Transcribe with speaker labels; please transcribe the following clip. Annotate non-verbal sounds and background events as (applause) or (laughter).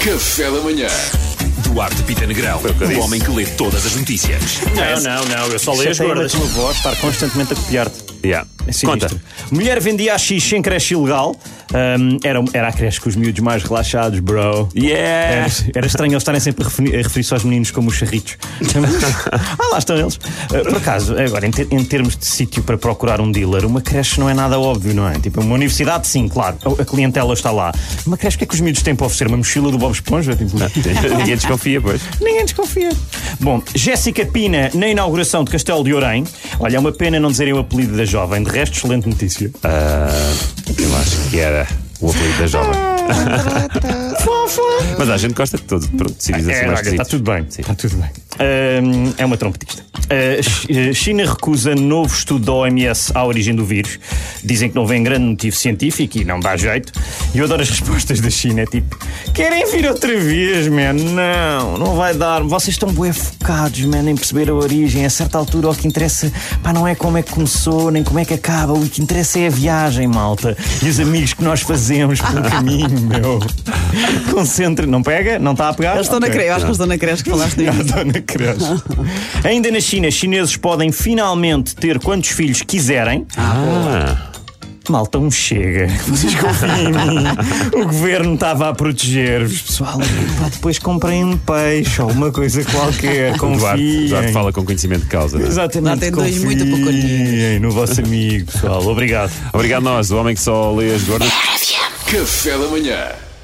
Speaker 1: Café da manhã.
Speaker 2: Duarte Pita Negrão, o homem que lê todas as notícias.
Speaker 3: Não, não, não, eu só leio as
Speaker 4: Chateia-me a
Speaker 3: gordas.
Speaker 4: é tua voz estar constantemente a copiar-te.
Speaker 2: Yeah.
Speaker 4: É sinistro.
Speaker 2: Conta.
Speaker 4: Mulher vendia a X sem creche ilegal. Ahm, era, era a creche com os miúdos mais relaxados, bro. Era,
Speaker 3: É.
Speaker 2: Yeah!
Speaker 4: era estranho eles estarem sempre a referir, a referir-se aos meninos como
Speaker 3: (laughs)
Speaker 4: os charritos. ah, lá estão eles. Ah, por acaso, agora, em, ter- em termos de sítio para procurar um dealer, uma creche não é nada óbvio, não é? Tipo, uma universidade, sim, claro. A, a clientela está lá. Uma creche, o que é que os miúdos têm para oferecer? Uma mochila do Bob Esponja? Tipo,
Speaker 2: (laughs) Ninguém desconfia, pois.
Speaker 4: Ninguém desconfia. Bom, Jéssica Pina na inauguração de Castelo de Orém. Olha, é uma pena não dizerem o apelido da jovem. De resto, excelente notícia. Ah,
Speaker 2: Eu acho que era o apelido da (laughs) jovem. Mas a gente que gosta de todo. Pronto, decididos assim
Speaker 4: É,
Speaker 2: mais
Speaker 4: olha, está
Speaker 2: esquisitos.
Speaker 4: tudo bem. Está tudo bem. Ahm, é uma trompetista. Ah, Ch- eh, China recusa novo estudo da OMS à origem do vírus. Dizem que não vem grande motivo científico e não dá jeito. E eu adoro as (laughs) respostas da China, tipo: querem vir outra vez, man? Não, não vai dar. Vocês estão bué focados, man, em perceber a origem. A certa altura, o que interessa pá, não é como é que começou, nem como é que acaba. O que interessa é a viagem, malta. E os amigos que nós fazemos (laughs) pelo caminho, meu. Concentre. Não pega? Não está a pegar?
Speaker 5: Eles estão na
Speaker 4: Ok.
Speaker 5: creche, eu acho que eles estão na creche que falaste
Speaker 4: Ah,
Speaker 5: nisso.
Speaker 4: (laughs) dona Cresce. Ainda na China, chineses podem finalmente ter quantos filhos quiserem.
Speaker 2: Ah,
Speaker 4: Malta, um chega. (laughs) Vocês confiem em mim. O governo estava a proteger-vos. Pessoal, pá, depois comprem um peixe ou uma coisa (laughs) qualquer.
Speaker 2: o Duarte, o
Speaker 4: Confiem.
Speaker 2: Duarte fala com conhecimento de causa. não é?
Speaker 4: Exatamente.
Speaker 5: Lá tem dois muito
Speaker 4: confiem no vosso amigo, pessoal. Obrigado.
Speaker 2: Obrigado, nós, o homem que só lê as gordas.
Speaker 1: Café da manhã.